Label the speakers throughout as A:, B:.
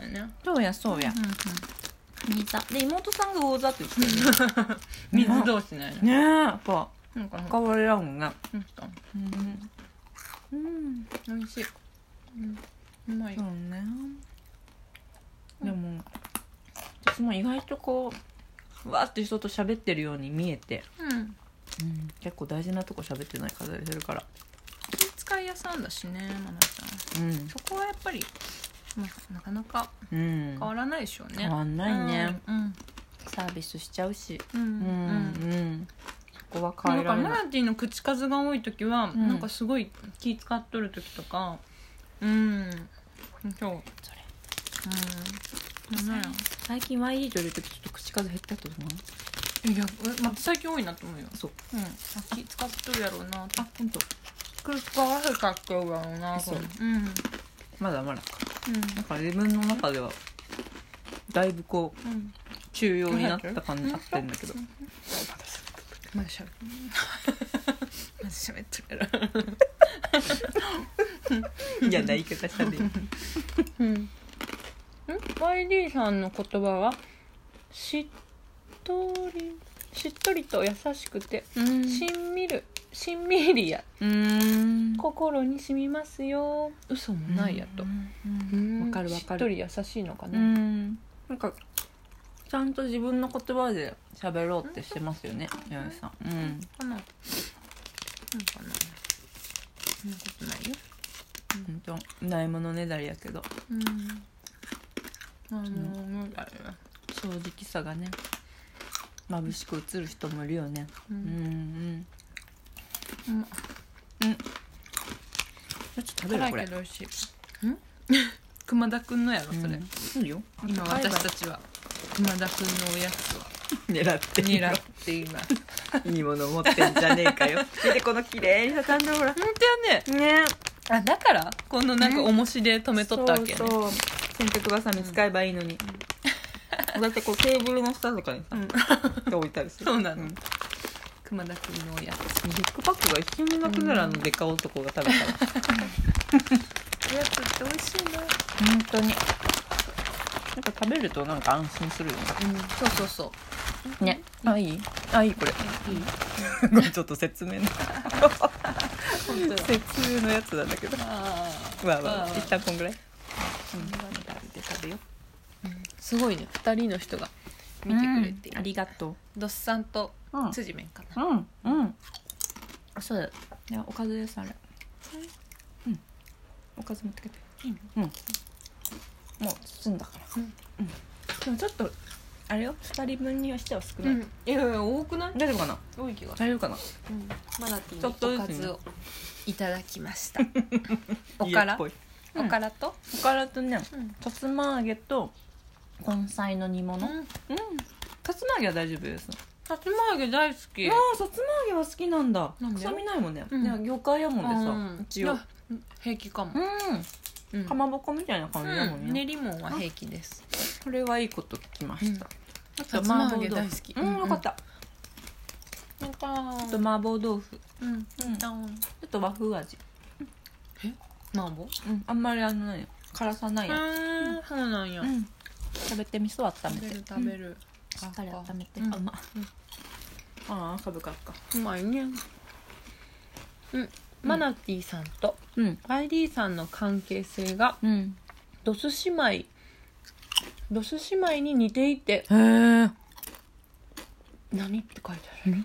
A: ね
B: そうやそうや、
A: 水座で妹さんが魚座って言ってたよね水同士ね
B: ねえやっぱ
A: なんかなんか
B: 関わり合うもんね
A: なんか
B: うん、うん、
A: 美味しいうんうまい
B: そうねでも私も意外とこうわーって人と喋ってるように見えて、
A: うん
B: 結構大事なとこ喋ってない方でするから
A: 気遣い屋さんだしねまなちゃん
B: うん、
A: そこはやっぱり、まあ、なかなか
B: うん、変
A: 変わらないでしょうね、
B: わんないね、
A: うん
B: サービスしちゃうし
A: うんう
B: うんんうん、
A: うん
B: そこは変
A: な
B: え
A: んから
B: れ
A: マ
B: ない
A: ナティの口数が多い時は、
B: ん
A: なんかすごい気使っとる時とかうんそううん
B: それ
A: なんや
B: 最近 YD といる時ちょっと口数減ったけどない
A: やえまあ最近多いなと思うよ
B: そう
A: うんあ気使っとるやろうな
B: あ本当
A: 気使わせたっけやろうな
B: そう
A: うんうん
B: まだまだかなんか自分の中ではだいぶこう
A: うん
B: 中庸になった感じ
A: うん
B: になってん だけど
A: まだしゃべまだしゃべっとるやろ
B: 嫌な言い方したで
A: うんん YD さんの言葉はしっとりしっとりと優しくて
B: うん
A: しんみるしんみりや
B: うん
A: 心にしみますよ嘘もないやと
B: う
A: わ
B: んうんわかるわ
A: し
B: か
A: っと
B: る
A: り優しいのか
B: う
A: な、
B: んなんかちゃんと自分の言葉で喋ろうってしてますよね山口さんうん
A: かななんかなそんなことないよ
B: 本当ないものねだりやけど
A: うんあの無理だよね
B: 正直さがね眩しく映る人もいるよね
A: う
B: うん
A: ん
B: うん
A: うん
B: ちょっと食べ
A: 辛
B: る
A: い
B: こ
A: け
B: れ
A: ど美味しいん 熊田くんのやろそれ、
B: うんいいよ
A: 今私たちは熊田くんのおやつを
B: 狙って
A: 狙って います
B: いいもの持ってんじゃねえかよ 見てこの綺麗に畳んでほら
A: 本当やね
B: ね
A: あだからこのなんか重しで止めとったわけね
B: そうそう洗濯ばさみ使えばいいのに、 だってこうテーブルの下とかにさ、
A: うん
B: って置いてあるし
A: そうなの
B: んビ
A: 熊田くんのおやつ
B: ッグパックが一瞬になくなるあのデカ男が食べたら、
A: おやつって美味しいな
B: 本当になんか食べるとなんか安心するよね
A: うんそうそうそう
B: ねあいいあいいこれいい ちょっと説明の
A: 本当だ
B: 説明のやつなんだけど
A: あー
B: わあわ
A: わあわ
B: あ
A: あ
B: 一旦こんぐらい
A: 食べよすごいね二人の人が見てくれてい
B: うんあ
A: る
B: りがと
A: どっさんと
B: ううん
A: 辻面かな
B: うんうんあそうだいやおかずですあれうんおかず持ってきて
A: いいの
B: うんもう包んだから
A: うん
B: でもちょっとあれよ2人分にはしては少ない、
A: いやいや多くない
B: 大丈夫かな
A: 多い気が
B: 大丈夫かな
A: マナティ
B: ちょ
A: の
B: っと
A: お
B: ずつ
A: か
B: ね
A: ずをいただきま したおから
B: 家っぽい
A: おからと
B: おからとね
A: うん
B: さつま揚げと根菜の煮物うんさつま揚げは大丈夫です
A: さつま揚げ大好き
B: ああさつま揚げは好きなんだ
A: なんで
B: 臭みないもんね、
A: うん
B: いや魚介やもんでさ一応
A: うん平気かも
B: う
A: うん
B: んかまぼこみたいな感じだもんね、
A: うん練りもんは平気です
B: これはいいこと聞きました。
A: さつま揚げ大好き
B: うん、よかった。
A: なんか
B: あと麻婆豆腐。
A: うん
B: うんちょっと和風味。
A: マンボ
B: うん、あんまりあの何辛さないうや
A: ーんそうなんや
B: つ。うん。食べて味噌温
A: 食
B: め
A: べ
B: て。
A: る食べる
B: うんしっかり温めて。
A: うん
B: あ、うま。ああ、かぶかっか。
A: うまいねうんマナティさんと
B: うん。
A: ID さんの関係性が
B: うん。
A: ドス姉妹ドス姉妹に似ていて
B: へえ。
A: 何って書いてある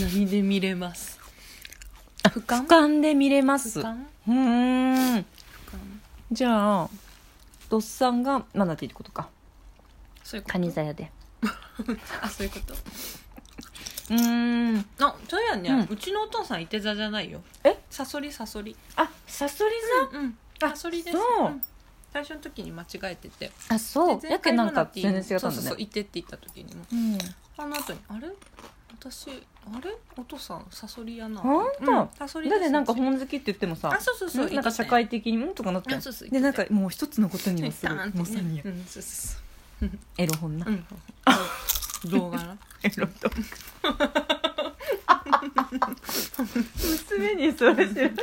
A: 何で見れます俯瞰
B: 俯瞰で見れます。
A: 俯
B: う
A: 瞰
B: ーん。
A: 俯瞰
B: じゃあ、ドッサンがマナティってことか。
A: そういうこ
B: カニ座やで。
A: とあそういうこと
B: うーん。
A: あそうやね、う
B: うん
A: ちのお父さんいて座じゃないよ
B: え
A: サソリサソリ
B: あ、サソリ
A: うん、うん、
B: あ
A: サソリです
B: そうん
A: 最初の時に間違えてて
B: 座。あ、そう。
A: で
B: やけなんか
A: 前回マ
B: 全
A: ナ
B: 然
A: ティ
B: 違った
A: そうんそうそ
B: だ
A: う
B: ね。
A: いてって言った時にも
B: うん。
A: あの後にあれ私あれお父さんサソリやな
B: ほんと
A: うんサソリ
B: だってなんか
A: ん
B: 本好きって言ってもさ
A: あそうそうそう
B: なんか社会的にもとかなっちゃ
A: あそうそう
B: うでなんかもう一つのことに
A: に
B: も
A: す
B: す
A: る
B: るもうさ
A: うん
B: に
A: そうそうそ
B: エロ本な
A: ううんそう 動画な
B: エロ本 娘にそれ知る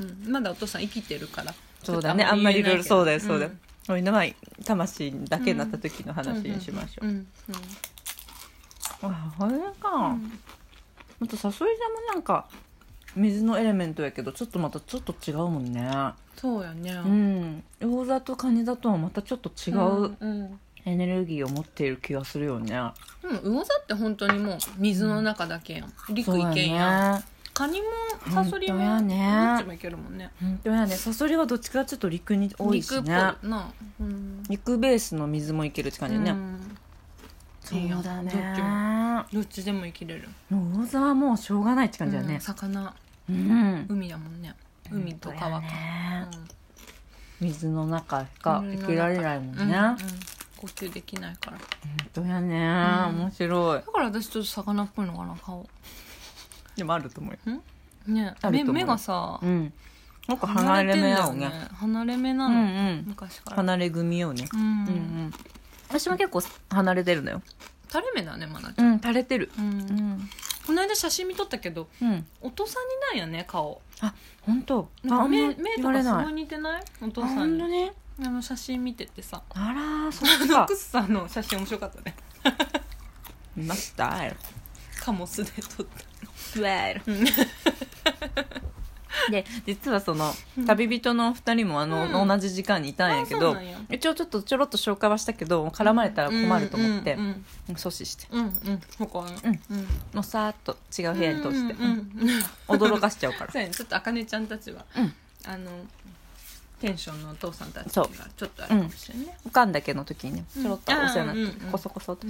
A: うんまだお父さん生きてるから
B: そうだねあんまりいろいろそうだよそうだよ
A: ん、
B: 俺の前魂だけになった時の話にしましょう、
A: うんうん
B: ああれか、
A: うん
B: またサソリ座もなんか水のエレメントやけどちょっとまたちょっと違うもんね
A: そうやね
B: うん魚座と蟹座とはまたちょっと違う
A: うん
B: エネルギーを持っている気がするよね、
A: でも魚座って本当にもう水の中だけやん、
B: そう
A: 陸
B: や
A: いけんやん
B: ね
A: カニもサソリも
B: 本当やね
A: どっちもいけるもんね
B: 本当やねサソリはどっちかちょっと陸に多いし
A: 陸っぽい
B: ね
A: な、うん、
B: 陸ベースの水もいけるって感じだね、
A: うん
B: そうだね
A: いいよどっちもどっちでも生きれる
B: 魚座はもうしょうがないって感じだ
A: う
B: ね
A: ん、魚
B: うん
A: 海やもんね海と川
B: 本
A: か
B: 当、やね水の中しか
A: 水の
B: 生
A: 中
B: きられないもんね、
A: うんうん
B: 本
A: 呼吸できないから
B: 当やね、
A: うん
B: 面白い
A: だから私ちょっと魚っぽいのかな顔
B: でもあると思うよ
A: ね
B: ある
A: 目
B: と思う
A: 目がさ
B: うんなんか離れ目や
A: よ
B: よね
A: 離れ目
B: う
A: なん
B: う
A: の、
B: ん
A: 昔から
B: 離れ組よね
A: うん、
B: うんうん私も結構離れてるのよ
A: 垂れ目だねまだ、
B: うん垂れてる
A: うん
B: うん
A: この間写真見とったけど
B: うん
A: お父さんになんやね顔
B: 本当
A: なんか目
B: あん
A: 目
B: ま
A: と
B: 言われ
A: かす
B: な
A: ご
B: い
A: い似てないお父
B: あ
A: さ
B: 本
A: ん
B: 当
A: に
B: に
A: あの写真見ててさ
B: あらーそっ
A: ノッ
B: か
A: クスさんの写真面白かったね
B: 見ましたよ
A: カモスで撮った うん
B: で実はその
A: うん
B: 旅人のお二人もあの、
A: うん
B: 同じ時間にいたんやけ
A: あそう
B: ど
A: なんや
B: 一応ちょっとちょろっと紹介はしたけど絡まれたら困ると思って、
A: うんうん
B: 阻止して
A: うんうんそこはね
B: うん
A: うん
B: もうさーっと違う部屋に通して、
A: うんうんうん
B: 驚かしちゃ うから
A: そうやねちょっとあかねちゃんたちは、
B: うん
A: あのテンションのお父さんたち
B: そ
A: が
B: う
A: ちょっとあるかもしれないね、
B: おかんだけの時にねちょろっとお世話になって、
A: うんあーうんうん
B: こそこそって、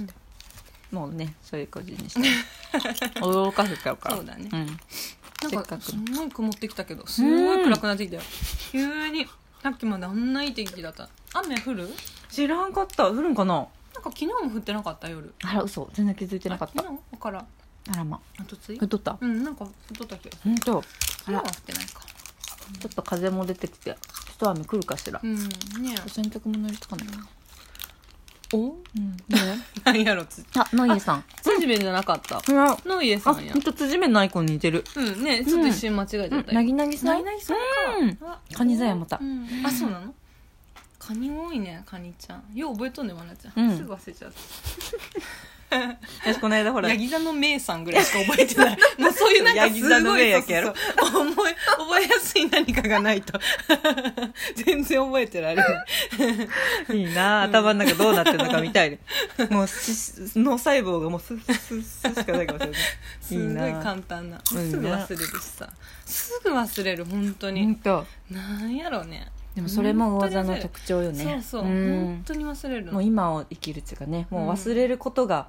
B: もうねそういう感じにして 驚かせちゃうから
A: そうだね
B: んせ
A: なん
B: っか
A: か
B: く
A: すごい曇ってきたけどすごい暗くなってきたよ急にさっきまであんないい天気だった雨降るなんか
B: 知らんかった降るんかな
A: 昨日も降ってなかった夜
B: あら嘘全然気づいてなかっ
A: あ
B: た
A: 昨日から
B: あらま
A: あとつい
B: 降っとった
A: うんなんか降っとったけど
B: ほんとあ
A: 昨日
B: ら
A: は降
B: ち
A: ってないか
B: ょっと風も出てきて一雨来るかしら、
A: うんね
B: お洗濯物入れとかないかな
A: お
B: うんね
A: なんやろつ
B: あノイエさん
A: 辻弁じゃなかった
B: うわ
A: の家
B: あ
A: さんや
B: ほんと辻目ない子に似てる
A: うんねちょっと一瞬間違えちゃ
B: う
A: っ
B: ん
A: た
B: な
A: よ
B: ぎなぎさん
A: なぎなぎさんか
B: うん
A: あ
B: カニ座やまた
A: うんあそうなのカニ多いねカニちゃんよう覚えとんねまなちゃん、
B: うん
A: すぐ忘れちゃった
B: 私この間ほら
A: ヤギ座のメイさんぐらいしか覚えてない もうそういうなんか
B: ヤギ座
A: す
B: の
A: ご
B: メイ
A: い
B: やけやろ
A: そうそうそう覚え 覚えやすい何かがない と全然覚えてられない
B: いいなあ頭の中どうなってるのかみたいでもうし脳細胞がもうスッスッスッしかないかもしれない
A: すんごい簡単な
B: うん
A: すぐ忘れるしさすぐ忘れる本当
B: ほ
A: に
B: んと
A: なんやろうね
B: でもそれも魚座の特徴よね
A: そうそう、本
B: ん
A: 当に忘れるの
B: もう今を生きるっていうかねもう忘れることが、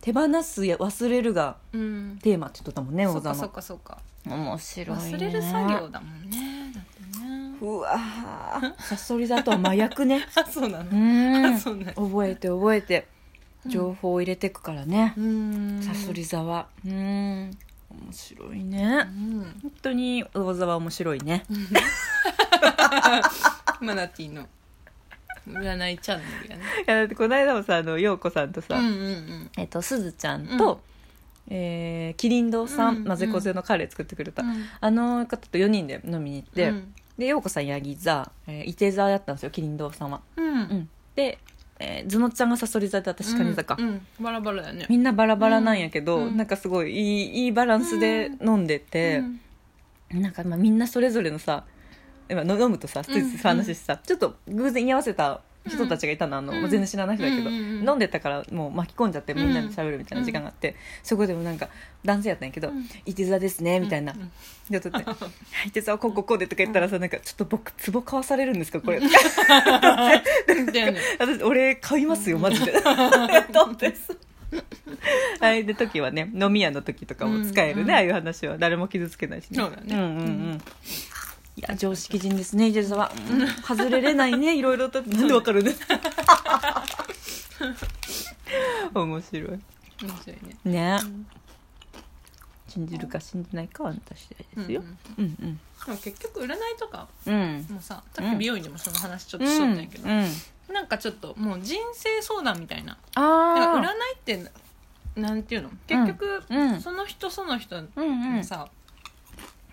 B: 手放すや忘れるが
A: うん
B: テーマって言っとったもんね
A: そ
B: 魚
A: っか
B: 座
A: そっ
B: の
A: かそっか
B: 面白い、ね、
A: 忘れる作業だもんねだってね
B: うわあサソリ座とは真逆ね
A: あそうなの
B: う、ん
A: あそうなの
B: 覚えて覚えて
A: うん
B: 情報を入れてくからね
A: う、ーん
B: サソリ座はうん面白いね、
A: うん
B: 本当に魚座は面白いね
A: マナティーの占いチャンネルやね
B: いやだってこの間もさあの陽子さんとさ、
A: うんうん
B: えっとすずちゃんと、えーキリン堂さん、
A: うん
B: まぜこぜのカレー作ってくれた、
A: うん
B: あの方と4人で飲みに行って、
A: うん
B: で陽子さんヤギ座、えー、伊手座だったんですよキリン堂さんは、
A: うん
B: うん、で、えー、ズノちゃんがさそり座で私カニ座か、
A: うんバラバラだね
B: みんなバラバラなんやけど、
A: うんうん
B: なんかすごいいいいいバランスで飲んでて、
A: うん
B: なんかまあみんなそれぞれのさ今飲むとさついつい話してさ、ちょっと偶然居合わせた人たちがいたのあの、
A: うん
B: 全然知らない人だけど、
A: うんうんうん
B: 飲んでたからもう巻き込んじゃってみんなで喋るみたいな時間があって、そこでもなんか男性やったんやけど
A: うん
B: 「いて座ですね」みたいな
A: うんうん
B: 「で、うって「いて座はこうこうこうで」とか言ったらさなんか「ちょっと僕壺買わされるんですかこれ」
A: だよね
B: 私俺買いますよマジ で」どうですああいう時はね飲み屋の時とかも使え
A: う
B: るね、
A: んうん
B: ああいう話は誰も傷つけないしね
A: そうだね
B: んうんうんいや常識人ですね伊集院さんはうん外れれないねいろいろと なんでわかるね面白い
A: 面白いね
B: ね
A: ん
B: 信じるか信じないかはあなた次第です
A: で
B: よ
A: も
B: うんうん
A: 結局占いとか
B: うん
A: もささっき美容院でもその話ちょっ
B: う
A: としとったんやけど
B: ん
A: なんかちょっともう人生相談みたいななんか
B: あ
A: 占いってなんていうの結局
B: うんうん
A: その人その人
B: あうんうん
A: のさ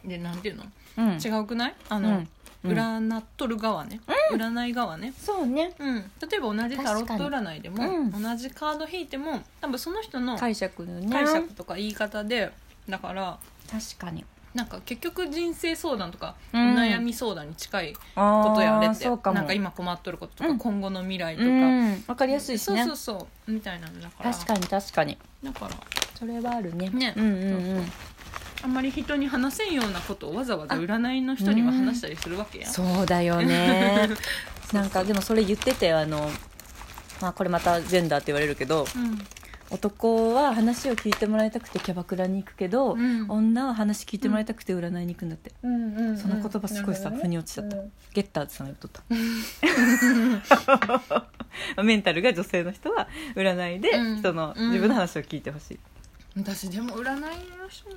A: でなんていうの
B: うん
A: 違うくないあ
B: う
A: の
B: んうん
A: 占っとる側ね、占い側ね、
B: そうね
A: うん、例えば同じタロット
B: 確か
A: 占いでも、
B: うん
A: 同じカード引いても多分その人の解
B: 解釈のね
A: 釈とか言い方でだから
B: 確かに
A: なんか結局人生相談とか、
B: うん
A: お悩み相談に近い
B: あ
A: ことやあれっ
B: ー
A: て
B: そうかも
A: なんか今困っとることとか、
B: うん
A: 今後の未来と
B: う
A: か、
B: んわかりやすいしね
A: そうそうそうみたいなのだから
B: 確かに確かに
A: だから
B: それはあるね
A: ね
B: うんうんうん
A: あんまり人に話せんようなことをわざわざ占いの人には話したりするわけや
B: そうだよ ねなんかでもそれ言っててあのまあこれまたジェンダーって言われるけど
A: うん
B: 男は話を聞いてもらいたくてキャバクラに行くけど、
A: うん
B: 女は話聞いてもらいたくて占いに行くんだって、
A: うんうんうん
B: その言葉すごいさ、
A: なるほ
B: 腑
A: どね
B: に落ちちゃった、
A: うん
B: ゲッターズさんが言っとった メンタルが女性の人は占いで
A: うん
B: 人の
A: うん
B: 自分の話を聞いてほしい、
A: 私でも占いの人に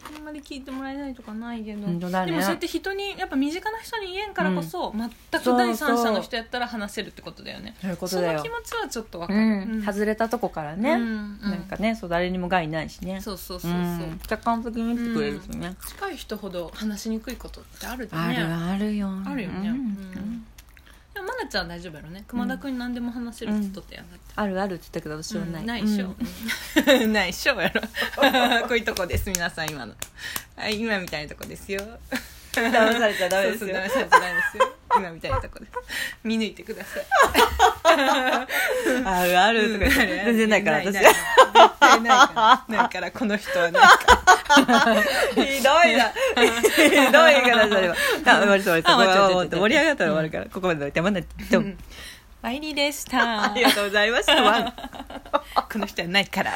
A: あんまり聞いてもらえないとかないけど、
B: 本当だね
A: でもそうやって人にやっぱ身近な人に言えんからこそ、全く第三者の人やったら話せるってことだよね
B: そういうこ
A: そ
B: とだ
A: の
B: よ
A: 気持ちはちょっとわか
B: う
A: る、
B: ん
A: うん
B: 外れたとこからね、
A: うんうん
B: なんかねそう誰にも害ないしね
A: そうそう
B: う
A: そうそう、
B: ん客観的に見てくれるしね、
A: 近い人ほど話しにくいことってあるよね
B: あるあるよ
A: あるよね
B: うん
A: うんでも愛菜ちゃんは大丈夫やろね熊田君に何でも話せる人ってやんだって、
B: あるあるって言ったけど私はない、
A: うんないっしょ、 ないっしょやろこういうとこです皆さん今のはい今みたいなとこですよ
B: うん騙されちゃダメ
A: そう
B: です
A: そう
B: よ
A: 騙されてないですよ今みたいなとこです見抜いてください
B: あるあるとか言って 全然ないから
A: ない
B: 私
A: ない絶対ないからないからこの人は ないか
B: ひどいな。ひどいか ら、それは。あ、終わりそう、終わりそう。
A: あ終わっちゃう
B: もうもう盛り上がったら終わるから、ここまで置いて、まだ、ど
A: ら
B: ん。
A: ワイリーでした
B: ありがとうございました。わん
A: この人はないから